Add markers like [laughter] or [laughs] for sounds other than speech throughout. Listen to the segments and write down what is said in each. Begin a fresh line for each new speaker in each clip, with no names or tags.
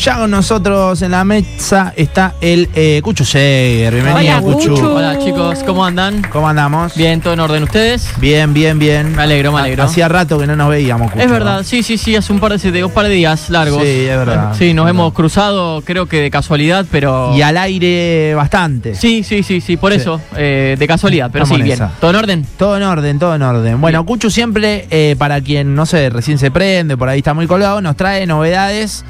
Ya con nosotros en la mesa está el eh, Cucho Jäger. Bienvenido,
Hola,
Cuchu.
Cuchu.
Hola chicos, ¿cómo andan?
¿Cómo andamos?
Bien, todo en orden ustedes.
Bien, bien, bien.
Me alegro, me alegro.
Ah, Hacía rato que no nos veíamos, Cucho.
Es verdad, sí, sí, sí, hace un par de, un par de días largos.
Sí, es verdad.
Sí, nos hemos cruzado, creo que de casualidad, pero.
Y al aire bastante.
Sí, sí, sí, sí, por
Sí.
eso, eh, de casualidad, pero
Estamos
sí,
en
bien.
esa.
¿Todo en orden?
Todo en orden, todo en orden. Bueno, Cuchu siempre, eh, para quien, no sé, recién se prende, por ahí está muy colgado, nos trae novedades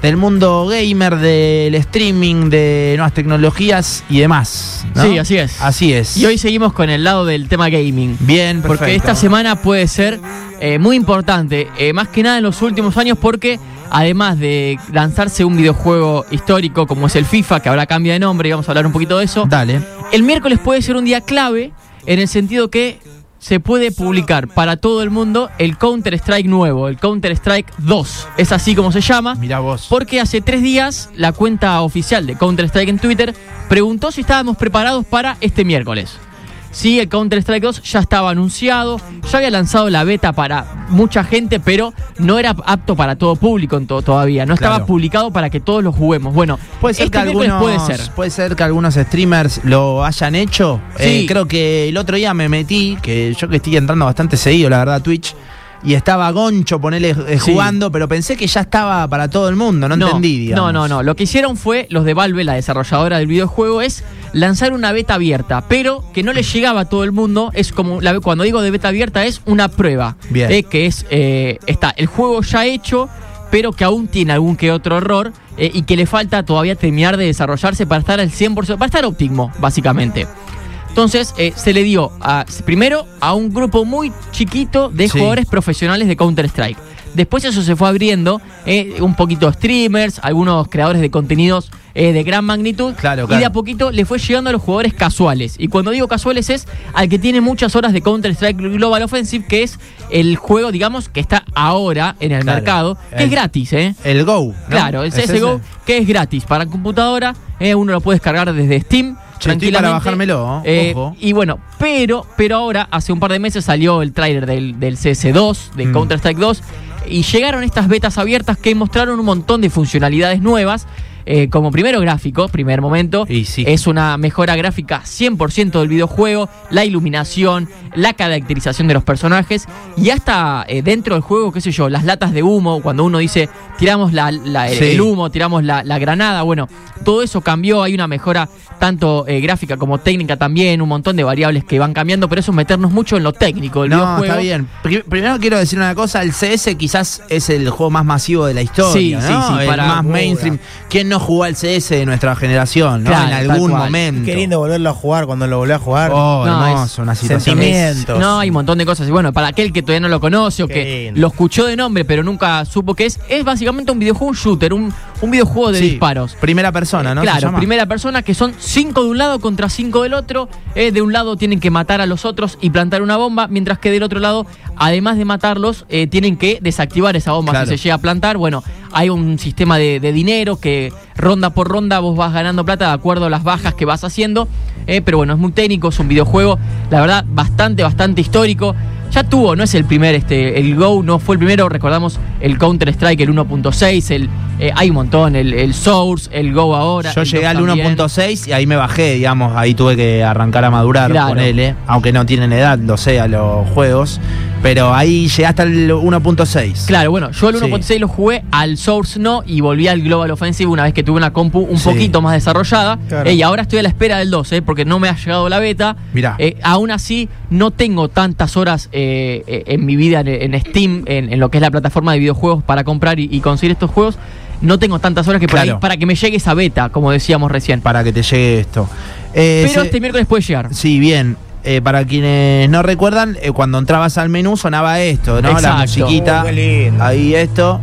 del mundo gamer, del streaming, de nuevas tecnologías y demás. ¿no?
Sí, así es.
Así es.
Y hoy seguimos con el lado del tema gaming.
Bien, perfecto.
Porque esta semana puede ser eh, muy importante, eh, más que nada en los últimos años, porque además de lanzarse un videojuego histórico como es el FIFA, que ahora cambia de nombre y vamos a hablar un poquito de eso,
Dale.
El miércoles puede ser un día clave en el sentido que se puede publicar para todo el mundo el Counter Strike nuevo, el Counter Strike 2. Es así como se llama.
Mirá vos.
Porque hace tres días la cuenta oficial de Counter Strike en Twitter preguntó si estábamos preparados para este miércoles. Sí, el Counter Strike 2 ya estaba anunciado, ya había lanzado la beta para mucha gente, pero no era apto para todo público en to- todavía. No estaba
Claro.
publicado para que todos lo juguemos. Bueno,
Puede ser,
este
que
miércoles
algunos,
puede ser.
que algunos streamers lo hayan hecho.
Sí.
Eh, creo que el otro día me metí, que yo que estoy entrando bastante seguido, la verdad, a Twitch. Y estaba Goncho, ponele, eh,
Sí.
jugando, pero pensé que ya estaba para todo el mundo, no, entendí, digamos.
No, no, no. Lo que hicieron fue, los de Valve, la desarrolladora del videojuego, es lanzar una beta abierta, pero que no le llegaba a todo el mundo. Es como, la- cuando digo de beta abierta, es una prueba.
Bien.
Eh, que es, eh, está el juego ya hecho, pero que aún tiene algún que otro error eh, y que le falta todavía terminar de desarrollarse para estar al 100%, para estar óptimo, básicamente. Entonces eh, se le dio a- primero a un grupo muy chiquito de
Sí.
jugadores profesionales de Counter-Strike. Después eso se fue abriendo, eh, un poquito streamers, algunos creadores de contenidos eh, de gran magnitud.
Claro,
Y de
claro.
a poquito le fue llegando a los jugadores casuales. Y cuando digo casuales es al que tiene muchas horas de Counter-Strike Global Offensive, que es el juego, digamos, que está ahora en el
Claro.
mercado, que
El-
es gratis, ¿eh?
El Go. ¿no?
Claro, el
¿Es ese?
CSGO, que es gratis para computadora, eh, uno lo puede descargar desde Steam.
Che, estoy
tranquilamente.
para bajármelo,
Eh,
ojo.
Y bueno, pero, pero ahora, hace un par de meses salió el tráiler del, del CS2, de
Mm.
Counter-Strike 2, y llegaron estas betas abiertas que mostraron un montón de funcionalidades nuevas. eh, como primero gráfico, primer momento,
Y sí.
es una mejora gráfica 100% del videojuego, la iluminación, la caracterización de los personajes y hasta eh, dentro del juego, qué sé yo, las latas de humo, cuando uno dice tiramos la, la- el-
Sí.
el humo, tiramos la, la granada, bueno, todo eso cambió, hay una mejora tanto eh, gráfica como técnica también, un montón de variables que van cambiando, pero eso es meternos mucho en lo técnico del
No,
videojuego.
está bien. Pri- Primero quiero decir una cosa, el CS quizás es el juego más masivo de la historia,
Sí, sí,
¿no?
sí,
El
para-
más mainstream. ¿Quién no jugó al CS de nuestra generación, no?
Claro,
en
tal
algún
cual.
momento.
Qué lindo volverlo a jugar cuando lo volví a jugar.
Oh,
No,
hermoso,
es-
una situación.
Es-
sentimiento. Cientos.
No, hay un montón de cosas. Y bueno, para aquel que todavía no lo conoce o
Qué
que
lindo.
lo escuchó de nombre pero nunca supo qué es, es básicamente un videojuego, un shooter, un, un videojuego de
Sí,
disparos.
Primera persona, ¿no? Se
Claro,
llama.
primera persona que son cinco de un lado contra cinco del otro. Eh, de un lado tienen que matar a los otros y plantar una bomba, mientras que del otro lado, además de matarlos, eh, tienen que desactivar esa bomba
Claro.
si se llega a plantar. Bueno, hay un sistema de, de dinero que ronda por ronda vos vas ganando plata de acuerdo a las bajas que vas haciendo. Eh, pero bueno, es muy técnico, es un videojuego, la verdad, bastante, bastante histórico. Ya tuvo, no es el primer, este, el Go no fue el primero, recordamos el Counter-Strike, el 1.6, el, eh, hay un montón, el, el Source, el Go ahora.
Yo
el
llegué
2
al
también.
1.6 y ahí me bajé, digamos, ahí tuve que arrancar a madurar
Claro.
con él, aunque no tienen edad, lo sé, a los juegos, pero ahí llegué hasta el 1.6.
Claro, bueno, yo el
Sí.
1.6 lo jugué, al Source no, y volví al Global Offensive una vez que tuve una compu un
Sí.
poquito más desarrollada.
Claro.
Eh, y ahora estoy a la espera del 2, eh, porque no me ha llegado la beta.
Mirá.
Eh, aún así, no tengo tantas horas eh, eh, en mi vida en, en Steam, en, en lo que es la plataforma de videojuegos para comprar y, y conseguir estos juegos. No tengo tantas horas que por
Claro.
ahí- para que me llegue esa beta, como decíamos recién.
Para que te llegue esto. Eh,
Pero
se-
este miércoles puede llegar.
Sí, bien. Eh, para quienes no recuerdan, eh, cuando entrabas al menú sonaba esto, ¿no? La
Exacto.
musiquita.
Uh, qué lindo.
ahí esto.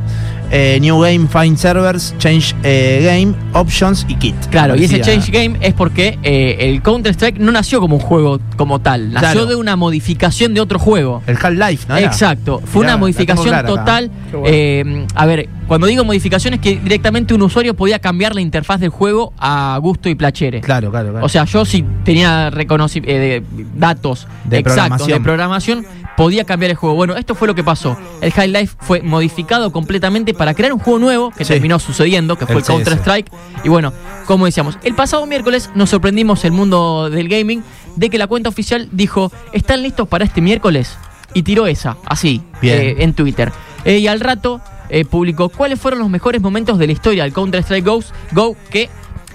Eh, new Game, Find Servers, Change eh, Game, Options y Kit.
Claro, y ese
Parecía.
Change Game es porque eh, el Counter-Strike no nació como un juego como tal, nació
Claro.
de una modificación de otro juego.
El Half-Life, ¿no? era?
Exacto, fue
Mirá,
una
la
modificación
tengo clara acá.
total.
Qué bueno.
eh, a ver, cuando digo modificaciones, que directamente un usuario podía cambiar la interfaz del juego a gusto y placere.
Claro, claro, claro.
O sea, yo sí tenía reconoci- eh, de- datos
De
exactos
programación.
de programación, podía cambiar el juego. Bueno, esto fue lo que pasó. El High Life fue modificado completamente para crear un juego nuevo que
Sí.
terminó sucediendo, que fue
El
el Counter
CS.
Strike. Y bueno, como decíamos, el pasado miércoles nos sorprendimos el mundo del gaming de que la cuenta oficial dijo, ¿están listos para este miércoles? Y tiró esa, así,
Bien.
eh, en Twitter. Eh, y al rato eh, publicó cuáles fueron los mejores momentos de la historia del Counter Strike Go, Go que...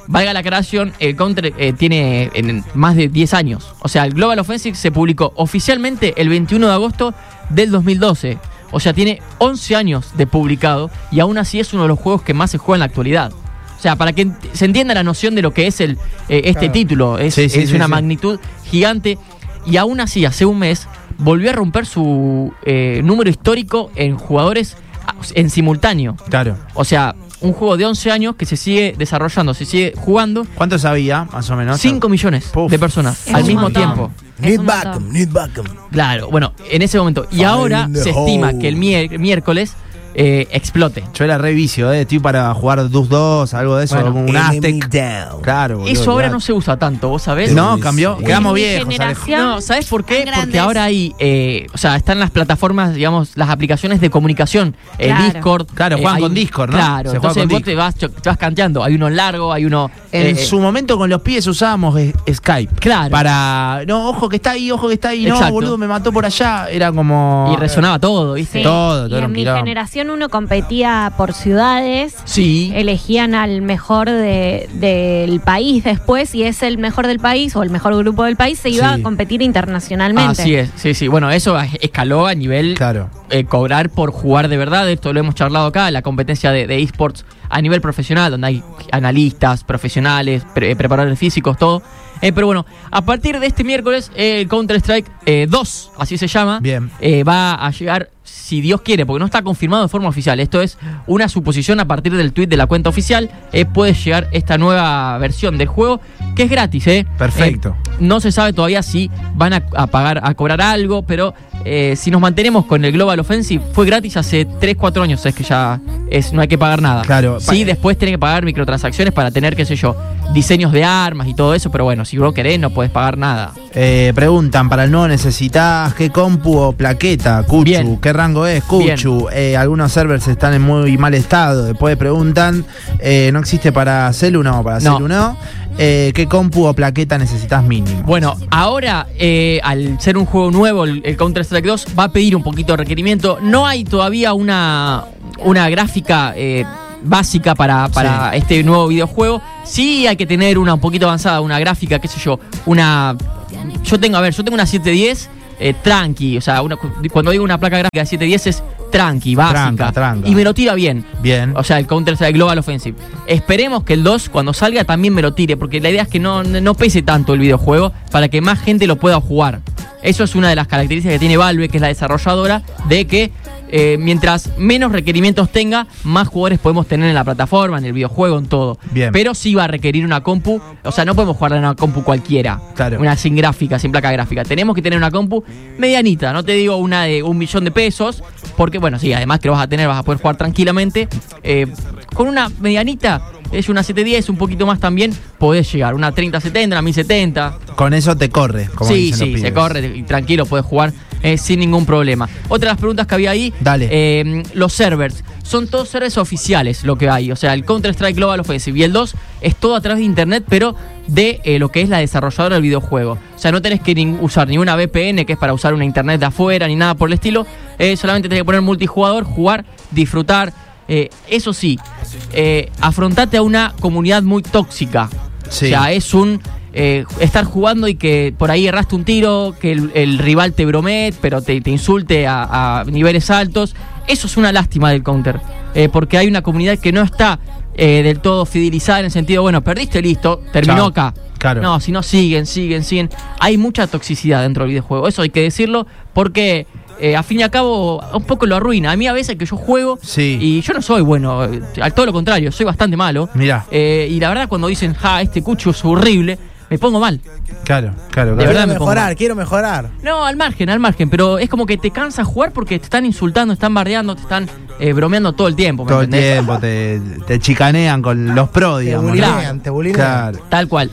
Valga la creación, el Counter eh, tiene en- en más de 10 años. O sea, el Global Offensive se publicó oficialmente el 21 de agosto del 2012. O sea, tiene 11 años de publicado y aún así es uno de los juegos que más se juega en la actualidad. O sea, para que ent- se entienda la noción de lo que es el, eh, este
Claro.
título, es,
Sí, sí,
es
sí,
una
sí.
magnitud gigante y aún así, hace un mes, volvió a romper su eh, número histórico en jugadores ah, en simultáneo.
Claro.
O sea, un juego de 11 años que se sigue desarrollando, se sigue jugando.
¿Cuánto sabía, más o menos?
5 millones
Puf.
de personas
Es
al
un
mismo
montón.
tiempo.
Es
Need
un montón.
Backham, Need Backham.
Claro, bueno, en ese momento. Y
Find
ahora
the
se
hole.
estima que el mier- miércoles eh, explote.
Yo era re vicio, ¿eh? Estoy para jugar Dus 2, algo de eso,
Bueno,
como un
Enemy
Aztec.
down.
Claro, boludo,
Eso ahora
olvidate.
no se usa tanto, ¿vos sabés?
No, cambió.
Sí.
Quedamos
Mi
viejos, Alejo.
generación
No, ¿sabes por qué?
Tan
Porque
grandes.
ahora hay, eh, o sea, están las plataformas, digamos, las aplicaciones de comunicación, eh,
Claro.
Discord.
Claro,
eh,
juegan
hay
con
un-
Discord, ¿no?
Claro,
Se juega
entonces
con
vos
Discord.
te vas, te vas canteando. Hay uno largo, hay uno...
En
eh,
su momento con los pies usábamos eh, Skype.
Claro.
Para. No, ojo que está ahí, ojo que está ahí. No,
Exacto.
boludo, me mató por allá. Era como.
y resonaba todo,
Sí.
¿viste?
Todo, todo
y
era un
en mi
quilombo.
generación uno competía por ciudades.
Sí.
Elegían al mejor de- del país después y es el mejor del país o el mejor grupo del país se iba
Sí.
a competir internacionalmente.
Así es, sí, sí. Bueno, eso a- escaló a nivel
Claro.
eh, cobrar por jugar de verdad. Esto lo hemos charlado acá, la competencia de, de esports a nivel profesional, donde hay analistas, profesionales, pre- eh, preparadores físicos, todo. Eh, pero bueno, a partir de este miércoles, eh, el Counter-Strike eh, 2, así se llama,
Bien.
eh, va a llegar, si Dios quiere, porque no está confirmado de forma oficial. Esto es una suposición a partir del tweet de la cuenta oficial. eh, puede llegar esta nueva versión del juego, que es gratis, ¿eh?
Perfecto.
Eh, no se sabe todavía si van a, a pagar, a cobrar algo, pero eh, si nos mantenemos con el Global Offensive, fue gratis hace 3, 4 años, es que ya es, no hay que pagar nada.
Claro,
Sí,
pa-
después tienen que pagar microtransacciones para tener, qué sé yo, diseños de armas y todo eso, pero bueno, si vos querés no podés pagar nada.
Eh, preguntan, para el no necesitas qué compu o plaqueta, Cuchu,
Bien.
qué rango es, Cuchu. Eh, algunos servers están en muy mal estado. Después preguntan, eh, no existe para Celu, no, para
No.
Celu no. Eh, ¿Qué compu o plaqueta necesitas mínimo?
Bueno, ahora, eh, al ser un juego nuevo, el, Counter-Strike 2 va a pedir un poquito de requerimiento. No hay todavía una, una gráfica eh, básica para, para este nuevo videojuego. Sí hay que tener una un poquito avanzada, una gráfica, qué sé yo, una... Yo tengo, a ver, yo tengo una 710 eh, tranqui, o sea, una- cuando digo una placa gráfica de 710 es tranqui, básica.
Tranca, tranca.
Y me lo tira bien.
Bien.
O sea, el Counter Strike Global Offensive. Esperemos que el 2, cuando salga, también me lo tire, porque la idea es que no, no pese tanto el videojuego para que más gente lo pueda jugar. Eso es una de las características que tiene Valve, que es la desarrolladora, de que eh, mientras menos requerimientos tenga, más jugadores podemos tener en la plataforma, en el videojuego, en todo.
Bien.
Pero sí va a requerir una compu, o sea, no podemos jugar en una compu cualquiera.
Claro.
Una sin gráfica, sin placa gráfica. Tenemos que tener una compu medianita, no te digo una de un millón de pesos, porque bueno, sí, además que lo vas a tener, vas a poder jugar tranquilamente. Eh, con una medianita, es una 710, un poquito más también, podés llegar. Una 3070, una 1070.
Con eso te corre, como
sí,
dicen los
sí, se
pibes.
corre y tranquilo, podés jugar eh, sin ningún problema. Otra de las preguntas que había ahí,
Dale.
eh, los servers. Son todos servers oficiales lo que hay. O sea, el Counter-Strike Global Offensive y el 2 es todo a través de internet, pero de eh, lo que es la desarrolladora del videojuego. O sea, no tenés que nin- usar ni una VPN, que es para usar una internet de afuera, ni nada por el estilo. Eh, solamente tenés que poner multijugador, jugar, disfrutar. Eh, eso sí, eh, afrontate a una comunidad muy tóxica.
Sí.
O sea, es un eh, estar jugando y que por ahí erraste un tiro, que el, el rival te bromee, pero te, te insulte a, a niveles altos. Eso es una lástima del counter, eh, porque hay una comunidad que no está eh, del todo fidelizada en el sentido, bueno, perdiste, listo, terminó
Chao.
acá.
Claro.
No, si no, siguen, siguen, siguen. Hay mucha toxicidad dentro del videojuego, eso hay que decirlo, porque eh, a fin y a cabo un poco lo arruina. A mí a veces que yo juego
Sí.
y yo no soy bueno, eh, al todo lo contrario, soy bastante malo.
Mirá.
Eh, y la verdad, cuando dicen, ja, este cucho es horrible, me pongo mal.
Claro, claro, claro.
De verdad
Quiero
me pongo mal.
mejorar, quiero mejorar.
No, al margen, al margen, pero es como que te cansa jugar porque te están insultando, te están bardeando, te están eh, bromeando todo el tiempo. ¿me
Todo el
entendés?
tiempo te, te chicanean con los pro,
Te
digamos. ¿no?
bulinean, te bulinean.
Claro.
Tal cual.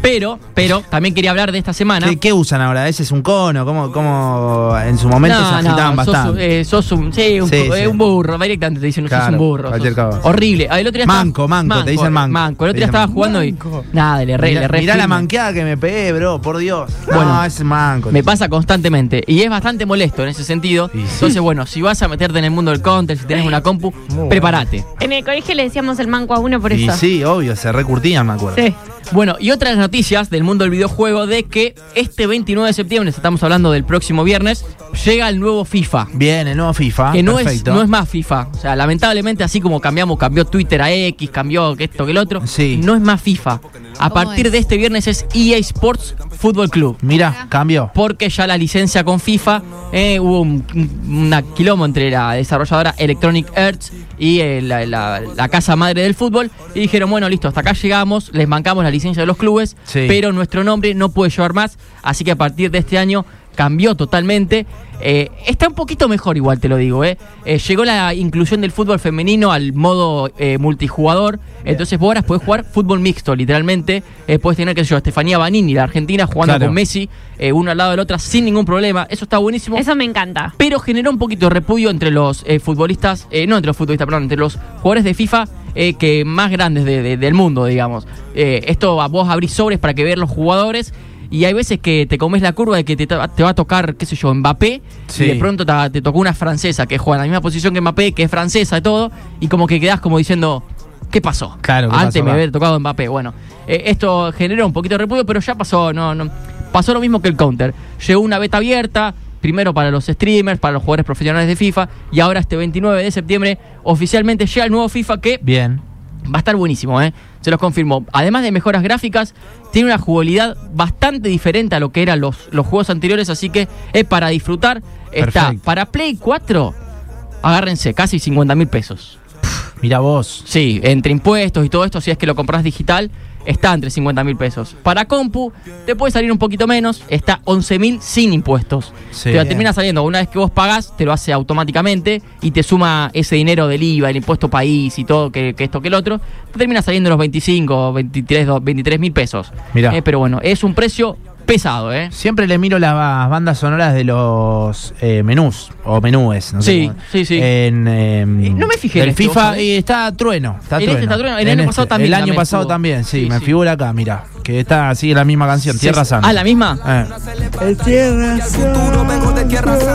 Pero, pero, también quería hablar de esta semana.
¿Qué, qué usan ahora? ¿Ese es un cono? ¿Cómo, cómo en su momento
No,
se agitaban
no, sos
bastante?
un- eh, Sos, un, sí, un,
Sí,
eh,
sí.
un burro, directamente te dicen, sos
Claro,
un burro.
cualquier
sos-
cosa.
Horrible. Ah, El otro día estaba-
Manco, manco, te dicen manco.
El otro
Te
día
dicen
estaba
manco.
jugando y. Nada, le re,
mirá
le re
mirá la
firme.
manqueada que me pegué, bro, por Dios. No,
Bueno,
es manco.
Me pasa constantemente y es bastante molesto en ese sentido.
Sí, sí.
Entonces, bueno, si vas a meterte en el mundo del counter, si tenés una compu,
bueno.
prepárate.
En el colegio le decíamos el manco a uno por
y
eso.
sí, obvio, se recurtían, me acuerdo.
Sí.
Bueno, y otras noticias del mundo del videojuego de que este 29 de septiembre, estamos hablando del próximo viernes, llega el nuevo FIFA.
Bien, el nuevo FIFA.
Que no es,
Ah, perfecto.
no es más FIFA. O sea, lamentablemente, así como cambiamos, cambió Twitter a X, cambió que esto, que el otro,
Sí.
no es más FIFA. A
¿Cómo
partir
es?
de este viernes es EA Sports Fútbol Club.
Mirá, cambió.
Porque ya la licencia con FIFA eh, hubo un, una quilombo entre la desarrolladora Electronic Arts y eh, la, la- la casa madre del fútbol. Y dijeron, bueno, listo, hasta acá llegamos, les mancamos la licencia de los clubes,
Sí.
pero nuestro nombre no puede llevar más. Así que a partir de este año cambió totalmente. Eh, está un poquito mejor igual, te lo digo. Eh. Eh, llegó la inclusión del fútbol femenino al modo eh, multijugador. Entonces vos ahora podés jugar fútbol mixto, literalmente. Eh, podés tener, que sé yo, a Estefanía Banini, la argentina, jugando
Claro.
con Messi, eh, uno al lado del otro, sin ningún problema. Eso está buenísimo.
Eso me encanta.
Pero generó un poquito de repudio entre los eh, futbolistas, eh, no entre los futbolistas, perdón, entre los jugadores de FIFA eh, que más grandes de- de- del mundo, digamos. Eh, esto a- vos abrís sobres para que vean los jugadores. Y hay veces que te comes la curva de que te, ta- te va a tocar, qué sé yo, Mbappé.
Sí.
Y de pronto ta- te, tocó una francesa que juega en la misma posición que Mbappé, que es francesa y todo. Y como que quedás como diciendo, ¿qué pasó?
Claro, ¿qué
Antes
pasó
me
acá?
había tocado Mbappé. Bueno, eh, esto generó un poquito de repudio, pero ya pasó, no, no. Pasó lo mismo que el counter. Llegó una beta abierta, primero para los streamers, para los jugadores profesionales de FIFA, y ahora este 29 de septiembre oficialmente llega el nuevo FIFA que
Bien.
va a estar buenísimo, ¿eh? Se los confirmo. Además de mejoras gráficas, tiene una jugabilidad bastante diferente a lo que eran los, los juegos anteriores, así que es para disfrutar. Está
Perfecto.
para Play 4, agárrense, casi 50 mil pesos.
Mirá vos.
Sí, entre impuestos y todo esto, si es que lo compras digital, está entre 50 mil pesos. Para compu, te puede salir un poquito menos, está 11 mil sin impuestos.
Sí.
te la termina saliendo, una vez que vos pagás, te lo hace automáticamente y te suma ese dinero del IVA, el impuesto país y todo, que, que esto, que el otro, te termina saliendo los 25, 23, do- 23 mil pesos.
Mirá.
Eh, pero bueno, es un precio pesado, ¿eh?
Siempre le miro las bandas sonoras de los eh, menús o menúes, no sé
Sí,
cómo-
sí, sí.
En, eh,
no me fijé en
Del
este, vos
FIFA
sabés.
y está Trueno. Está
En este
trueno.
está Trueno, el año pasado también
El año
también
pasado
estuvo.
también, sí.
Sí,
me
sí.
figura acá, mira. Que está, sigue la misma canción, Tierra Santa.
Ah, la misma.
Eh,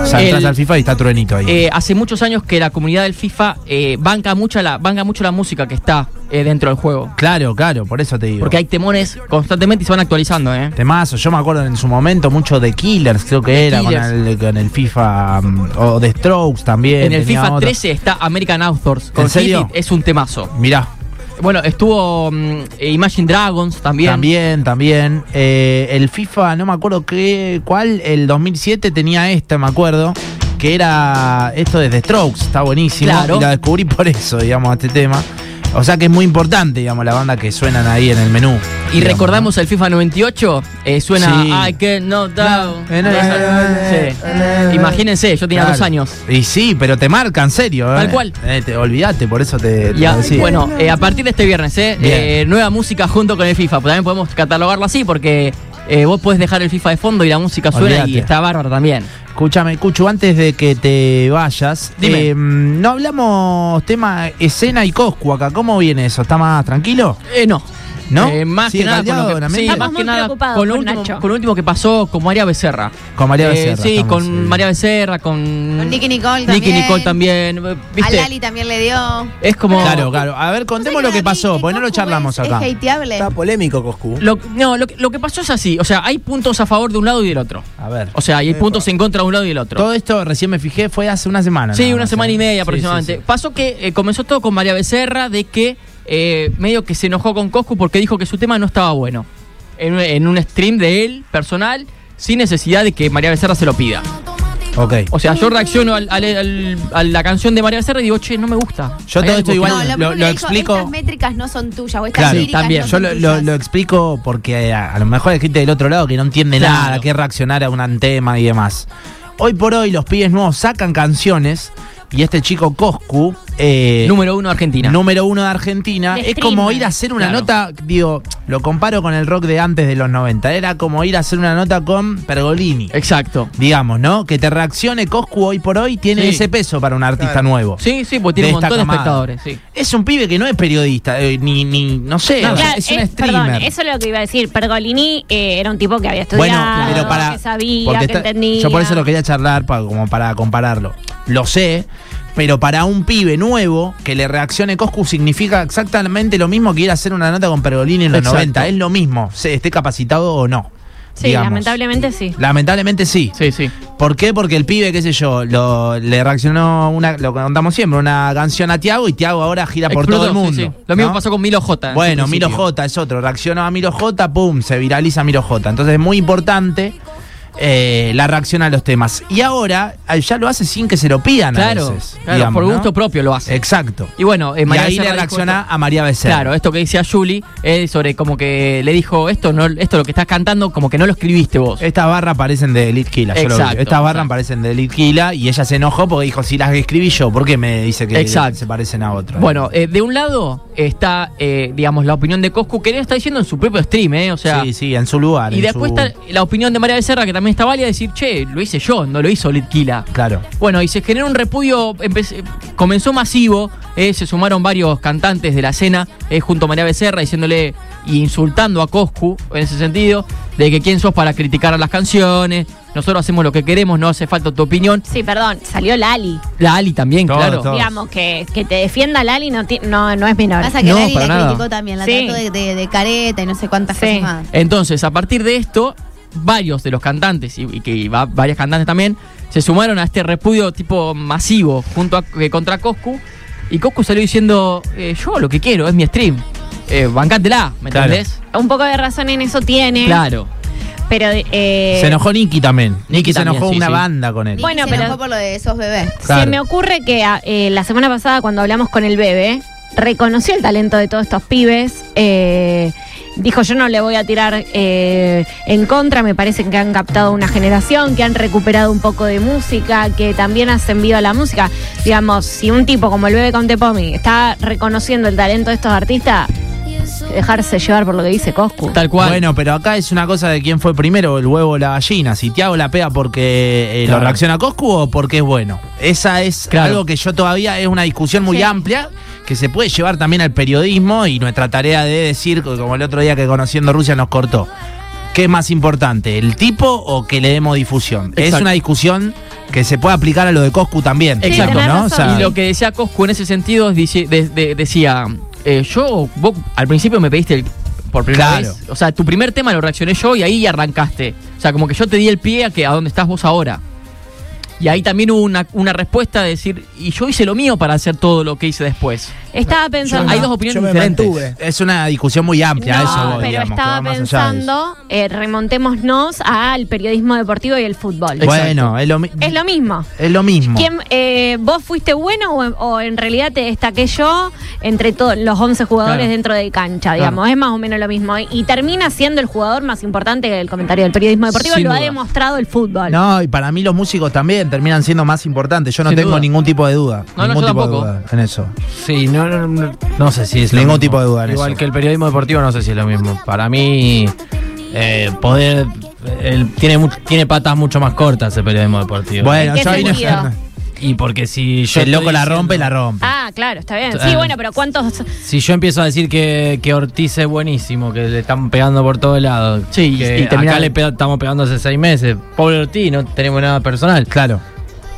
saltás
El-
al FIFA y está Truenito ahí.
Eh, hace muchos años que la comunidad del FIFA eh, banca, mucho la, banca mucho la música que está eh, dentro del juego.
claro, claro, por eso te digo.
Porque hay temones constantemente y se van actualizando, ¿eh?
Temazo, yo me acuerdo en su momento mucho de Killers, creo que era, Con,
Killers.
el, con el FIFA mm, o de Strokes también.
En el
tenía
FIFA
otro.
13 está American Authors. Con
¿En serio?
Hit It es un temazo.
Mirá,
Bueno, estuvo mm, eh, Imagine Dragons también.
también, también. Eh, el FIFA, no me acuerdo qué, cuál, el 2007 tenía esta, me acuerdo, que era esto de The Strokes, está buenísimo.
Claro.
Y la descubrí por eso, digamos, este tema. O sea que es muy importante, digamos, la banda que suenan ahí en el menú.
Y
digamos,
recordamos el FIFA 98, eh, suena
Sí.
I Can No Down.
Eh, no, eh, eh, eh,
Imagínense, yo tenía
Claro.
dos años.
Y sí, pero te marca, en serio.
Tal
eh.
cual.
Eh, te, olvidate, por eso te, te
Ya,
lo decía.
bueno, eh, a partir de este viernes, eh,
Bien.
eh, nueva música junto con el FIFA. Pues También podemos catalogarlo así porque eh, vos podés dejar el FIFA de fondo y la música suena y
Olvídate.
está bárbaro también.
Escúchame, Cuchu, antes de que te vayas,
Dime.
eh, no hablamos tema escena y Coscu acá. ¿Cómo viene eso? ¿Está más tranquilo?
Eh, no.
¿no?
Eh, más
¿Sigue
que nada,
caldeado,
con lo que,
Don
sí,
Américo?
Estamos
más que
muy
nada
preocupados
con lo
con
último,
Nacho.
con lo último que pasó con María Becerra.
Con María
Eh,
Becerra.
sí,
estamos,
con
sí.
María Becerra, con,
Con Nicky Nicole
Nicky
también.
Nicole también, eh, ¿viste?
A Lali también le dio.
Es como
Claro, claro. A ver, contemos lo que pasó, porque
porque
no lo charlamos
es,
acá.
Es hateable.
Está polémico, Coscu.
Lo, no, lo, que- lo que pasó es así, o sea, hay puntos a favor de un lado y del otro.
A ver.
O sea, hay puntos en contra de un lado y del otro.
Todo esto recién me fijé, fue hace una semana.
Sí,
nada
una
más,
semana
¿eh?
y media
Sí,
aproximadamente.
sí, sí.
Pasó que eh, comenzó todo con María Becerra de que eh, medio que se enojó con Coscu porque dijo que su tema no estaba bueno. En, un- en un stream de él, personal, sin necesidad de que María Becerra se lo pida.
Ok.
O sea, yo reacciono al- al- al- a la canción de María Becerra y digo, che, no me gusta.
Yo todo
Hay algo
esto
que
igual-
no,
lo-
lo,
lo
primero que dijo,
explico-
Estas métricas no son tuyas. O estas
Claro,
líricas
también.
No
Yo
son
lo, lo-
tuyas.
lo explico porque eh, a lo mejor hay gente del otro lado que no entiende
Claro.
nada, que reaccionar a un tema y demás. Hoy por hoy los pibes nuevos sacan canciones y este chico Coscu, eh,
Número uno Argentina.
número uno de Argentina,
De
es como
streamer.
ir a hacer una
Claro.
nota, digo, lo comparo con el rock de antes de los 90, era como ir a hacer una nota con Pergolini.
Exacto.
Digamos, ¿no? Que te reaccione Coscu hoy por hoy tiene
Sí.
ese peso para un artista
Claro.
nuevo.
Sí, sí, porque tiene
De
un
esta
montón de
camada.
espectadores. Sí.
Es un pibe que no es periodista, eh, ni, ni, no sé,
No,
o sea,
Claro,
es un
es-
streamer.
Perdón, eso es lo que iba a decir. Pergolini eh, era un tipo que había estudiado,
Bueno, pero para.
que sabía, que
porque está-
entendía.
Yo por eso lo quería charlar, pa- como para compararlo. Lo sé, pero para un pibe nuevo que le reaccione Coscu significa exactamente lo mismo que ir a hacer una nota con Pergolini en los
Exacto.
90. Es lo mismo, se- esté capacitado o no.
Sí,
digamos.
lamentablemente sí.
Lamentablemente sí.
Sí, sí.
¿Por qué? Porque el pibe, qué sé yo, lo, le reaccionó una, lo contamos siempre, una canción a Tiago y Tiago ahora gira por
Explotó,
todo el
sí,
mundo.
sí. Lo mismo
¿no?
pasó con Milo J. en
Bueno,
su
Miro
principio.
J es otro. Reaccionó a Miro J, pum, se viraliza Miro J. Entonces es muy importante eh, la reacción a los temas. Y ahora eh, ya lo hace sin que se lo pidan a
Claro,
veces.
claro,
digamos,
por
¿no?
gusto propio lo hace.
Exacto.
Y bueno, eh,
Y
María
ahí le
Becerra dijo
reacciona
esto-
a María Becerra.
Claro, esto que dice a Julie eh, sobre como que le dijo esto, no, esto lo que estás cantando, como que no lo escribiste vos.
Estas barras parecen de Elite Killa, yo lo vi.
Exacto,
Estas barras
exacto.
parecen de Elite Killa y ella se enojó porque dijo, si las escribí yo, ¿por qué me dice que
Exacto.
se parecen a otras?
Bueno, eh, de un lado está, eh, digamos, la opinión de Coscu, que él está diciendo en su propio stream, ¿eh? O sea,
sí, sí, en su lugar.
y
en
después
su-
está la opinión de María Becerra, que también está válida, decir, che, lo hice yo, no lo hizo Litquila.
Claro.
Bueno, y se generó un repudio, empe- comenzó masivo, eh, se sumaron varios cantantes de la escena eh, junto a María Becerra diciéndole y insultando a Coscu en ese sentido, de que quién sos para criticar a las canciones, nosotros hacemos lo que queremos, no hace falta tu opinión.
Sí, perdón, salió Lali.
La Ali también,
Todo,
claro.
todo. Todos.
Digamos que, que te defienda Lali no, ti- no, no es menor.
Pasa que
No,
Lali
para
la
nada.
criticó también, la
Sí.
trató de, de- de careta y no sé cuántas
Sí.
cosas más.
Entonces, a partir de esto, varios de los cantantes, y, y que y va- varias cantantes también, se sumaron a este repudio tipo masivo junto a, eh, contra Coscu. Y Coscu salió diciendo, eh, yo lo que quiero es mi stream. Eh, bancátela, ¿me
Claro.
entendés?
Un poco de razón en eso tiene.
Claro.
Pero. eh,
se enojó Nicky también. Nicky se
también,
enojó
sí,
una
sí.
banda con él.
Nicky
Bueno,
se
pero-
enojó por lo de esos bebés.
Claro.
Se me ocurre que a- eh, la semana pasada cuando hablamos con el bebé, reconoció el talento de todos estos pibes. eh, dijo, yo no le voy a tirar eh, en contra, me parece que han captado una generación, que han recuperado un poco de música, que también hacen viva la música. Digamos, si un tipo como el bebé con Tepomi está reconociendo el talento de estos artistas, dejarse llevar por lo que dice Coscu.
Tal cual.
Bueno, pero acá es una cosa de quién fue primero, el huevo o la gallina. Si Tiago la pega porque eh, lo
Claro.
reacciona Coscu o porque es bueno. Esa es
Claro.
algo que yo todavía es una discusión muy
Sí.
amplia que se puede llevar también al periodismo y nuestra tarea de decir, como el otro día que conociendo Rusia nos cortó, ¿qué es más importante, el tipo o que le demos difusión? Es
Exacto.
una discusión que se puede aplicar a lo de Coscu también.
Sí, Exacto,
tenés
¿no?
razón.
O sea,
y lo que decía Coscu en ese sentido es dice- de- de- decía, eh, yo, vos al principio me pediste el- por primera
Claro.
vez, o sea, tu primer tema lo reaccioné yo y ahí arrancaste. O sea, como que yo te di el pie a, que, a donde estás vos ahora. Y ahí también hubo una, una respuesta de decir, y yo hice lo mío para hacer todo lo que hice después.
Estaba pensando...
Hay dos opiniones
Yo me
diferentes.
mantuve.
es una discusión muy amplia,
No,
eso. voy,
pero
digamos, que va
estaba
más allá de eso.
pensando, eh, remontémonos al periodismo deportivo y el fútbol.
Exacto.
Bueno, es lo, mi-
Es lo mismo.
es lo mismo.
¿Quién, eh, ¿Vos fuiste bueno o, o en realidad te destaqué yo entre todos los 11 jugadores
Claro.
dentro de cancha, digamos? Es más o menos lo mismo. Y termina siendo el jugador más importante que el comentario del periodismo deportivo.
Sin
lo ha
duda.
demostrado el fútbol.
No, y para mí los músicos también terminan siendo más importantes. Yo no
Sin
tengo
duda.
ningún tipo de duda.
No, no,
ningún
yo
tipo
tampoco.
de duda en eso.
Sí, no, no, no, no sé si es lo
Ningún
mismo.
tipo de duda en
Igual
eso.
que el periodismo deportivo no sé si es lo mismo. Para mí, eh, poder el- tiene mu- tiene patas mucho más cortas el periodismo deportivo.
Bueno,
¿En qué
yo ahí no-
sentido?
y porque
Si
si yo
el
estoy
loco la
diciendo-
rompe, la rompe.
Ah, claro, está bien. Sí,
Eh.
Ah.
bueno, pero ¿cuántos?
si yo empiezo a decir que, que Ortiz es buenísimo, que le están pegando por todos lados,
Sí, y-
que
y terminan-
acá le pega- estamos pegando hace seis meses. Pobre Ortiz, no tenemos nada personal.
Claro.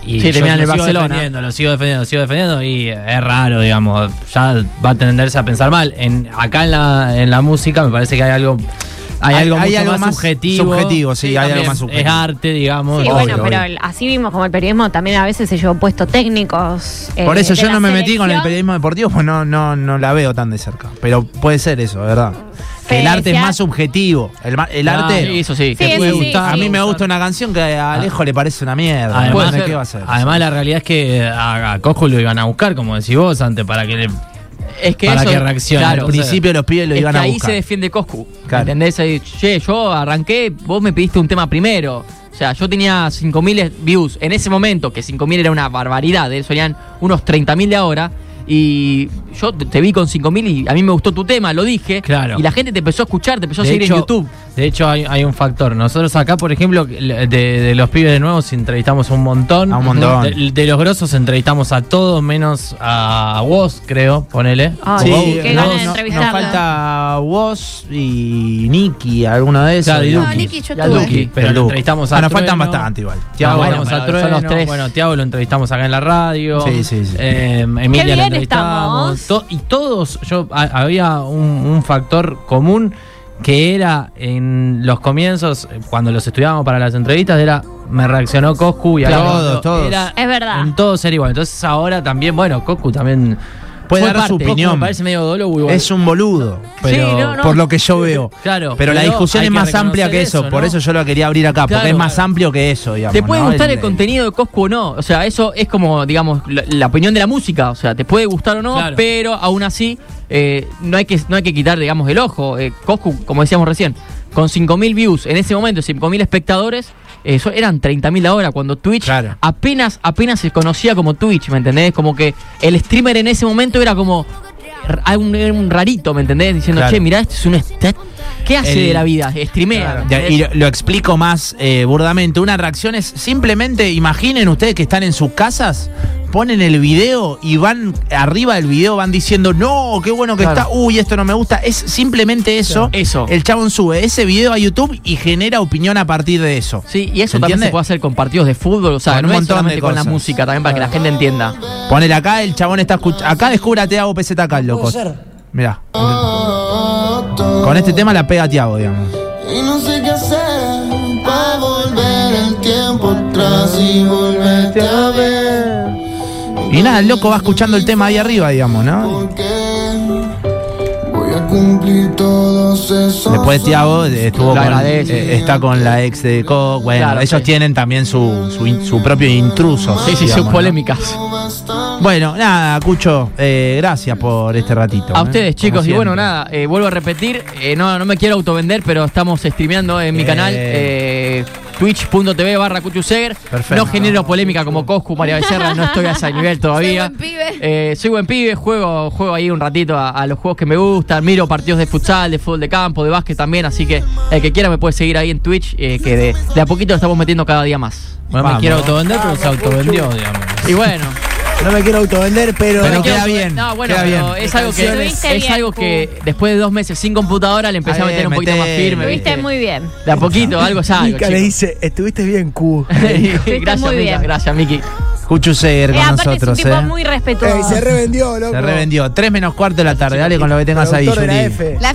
Y
Sí,
yo
terminan
lo
en
sigo
Barcelona.
defendiendo, Lo sigo defendiendo, lo sigo defendiendo y es raro, digamos. Ya va a tenderse a pensar mal. En, acá en la, en la música me parece que hay algo, hay
Hay-
algo
hay
mucho
algo
más,
más
subjetivo.
subjetivo, sí, hay algo
también
más subjetivo.
Es arte, digamos.
Sí,
Obvio,
bueno,
obvio.
pero el- así vimos como el periodismo también a veces se llevó puesto técnicos. eh,
Ah, Por eso
de
yo
la
no me metí con el
selección.
periodismo deportivo, pues no, no, no la veo tan de cerca. Pero puede ser eso, de verdad. Que el
Sí,
arte es
sí,
más
ah.
subjetivo. El, ma- el
Claro.
arte.
Sí, eso sí.
Sí,
Te puede
sí, sí,
gustar,
a mí
puede
me
gustar. Ah,
gusta una canción que a Alejo le parece una mierda.
Además,
Bueno,
puede
¿qué
ser.
va a hacer?
Además, la realidad es que a, a Coscu lo iban a buscar, como decís vos antes, para que le.
Es que
Para
eso,
que reaccione.
al
Claro,
o sea,
principio los pibes lo
es
iban
que
a
ahí
buscar.
se defiende Coscu.
Claro.
¿Entendés? Ahí, che, yo arranqué, vos me pediste un tema primero. O sea, yo tenía 5.000 views en ese momento, que 5.000 era una barbaridad, ¿eh? serían unos 30.000 de ahora. Y yo te- te vi con 5.000 y a mí me gustó tu tema, lo dije.
Claro.
Y la gente te empezó a escuchar, te empezó a
de
seguir
hecho,
en YouTube.
De hecho, hay, hay un factor. Nosotros acá, por ejemplo, de, de los pibes de nuevos entrevistamos un montón.
A un montón.
De, de los grosos entrevistamos a todos menos a vos, creo, ponele.
Ay,
O vos,
sí, qué
¿no?
ganas de
eh, no-
entrevistarla.
Nos falta vos y Nicky, alguno de esos.
Claro, y
No,
Duki.
Nicky, yo
Ya
estuve.
Duki.
Duki,
Pero
el
lo
Duki.
entrevistamos a
Ah, nos faltan
Trueno.
bastante igual.
Tiago,
Tiago,
bueno,
vamos a
pero
Trueno.
son los tres. Bueno, Tiago lo entrevistamos acá en la radio.
Sí, sí, sí.
Eh, Emilia
Qué bien
la entrevistamos.
estamos.
To- y todos, yo a- había un, un factor común que era en los comienzos, eh, cuando los estudiábamos para las entrevistas, era me reaccionó Coscu y a
Claro,
Alonso.
todos, todos.
Era-
Es verdad.
en todos era igual. Entonces ahora también, bueno, Coscu también
Puede
fue
dar su
parte. Coscu
opinión.
me parece medio dólogo igual.
Es un boludo, pero
no, no.
por lo que yo veo.
Claro,
Pero, la
pero
discusión
hay
es
que
más amplia que
reconocer
eso,
eso,
por
¿no?
eso yo lo quería abrir acá,
Claro,
porque es más
claro.
amplio que eso, digamos.
Te puede
¿no?
gustar el,
de-
contenido de Coscu o no. O sea, eso es como, digamos, la, la opinión de la música. O sea, te puede gustar o no,
Claro.
pero aún así eh, no, hay que, no hay que quitar, digamos, el ojo. Eh, Coscu, como decíamos recién, con 5.000 views en ese momento, 5.000 espectadores, eso eran 30.000 ahora, cuando Twitch
Claro.
apenas, apenas se conocía como Twitch, ¿me entendés? Como que el streamer en ese momento era como... r- algún- Era un rarito, ¿me entendés? Diciendo,
Claro.
che, mirá, este es un... est- ¿Qué hace
El-
de la vida? Streamea. ¿me
Ya,
entendés?
Y lo, lo explico más eh, burdamente. Una reacción es simplemente, imaginen ustedes que están en sus casas, ponen el video y van arriba del video, van diciendo, no, qué bueno que
Claro.
está, uy, esto no me gusta. Es simplemente eso.
Eso.
El chabón sube ese video a YouTube y genera opinión a partir de eso.
Sí, y eso
¿Se
también
entiende?
se puede hacer con partidos de fútbol, o sea,
Con un
no es
montón
solamente
de
con la
cosas.
música, también para que la gente entienda.
Poner acá, el chabón está escuchando. Acá descubra a Tiago PZ acá, el loco. Mirá. Con este tema la pega Tiago, digamos.
Y no sé qué hacer para volver el tiempo atrás y volverte a ver.
Y nada, el loco va escuchando el tema ahí arriba, digamos, ¿no?
Porque voy a cumplir todos esos.
Después Tiago eh, estuvo
Lo
con,
agradece.
eh, está con la ex de Co. Bueno,
Claro,
ellos
sí.
tienen también su, su, in- su propio intruso.
Sí, sí,
digamos,
son
¿no?
polémicas.
Bueno, nada, Cucho, eh, gracias por este ratito.
A
¿eh?
ustedes,
Como
chicos, y
siempre.
bueno, nada, eh, vuelvo a repetir, eh, no, no me quiero autovender, pero estamos streameando en mi
Eh.
canal eh, twitch.tv barra Cuchuseger.
Perfecto.
No genero polémica como Coscu, María Becerra, no estoy a ese nivel todavía.
Soy buen pibe.
Eh, soy buen pibe, juego, juego ahí un ratito a, a los juegos que me gustan, miro partidos de futsal, de fútbol de campo, de básquet también, así que el que quiera me puede seguir ahí en Twitch, eh, que de, de a poquito lo estamos metiendo cada día más.
Bueno,
Vamos.
me quiero autovender, pero se autovendió, digamos.
Y bueno.
No me quiero autovender, pero.
Pero
Creo
queda
que-
bien,
No, bueno,
queda
pero
bien.
es algo que es
Estuviste bien,
algo que después de dos meses sin computadora le empecé a
Ahí,
meter un poquito
meté,
más firme.
Estuviste
¿viste?
muy bien.
De a poquito, algo es algo.
Mica
[laughs]
le
chicos.
dice, estuviste bien, Q.
gracias,
muy
Mica,
bien.
gracias, Miki.
Cucho Seguer
Eh,
con
aparte
nosotros,
es un tipo
¿eh?
muy respetuoso.
Ey, se revendió, loco.
Se revendió. 3 menos cuarto de la tarde, dale con lo que tengas ahí,
Productor de la
Yuri.
F.
La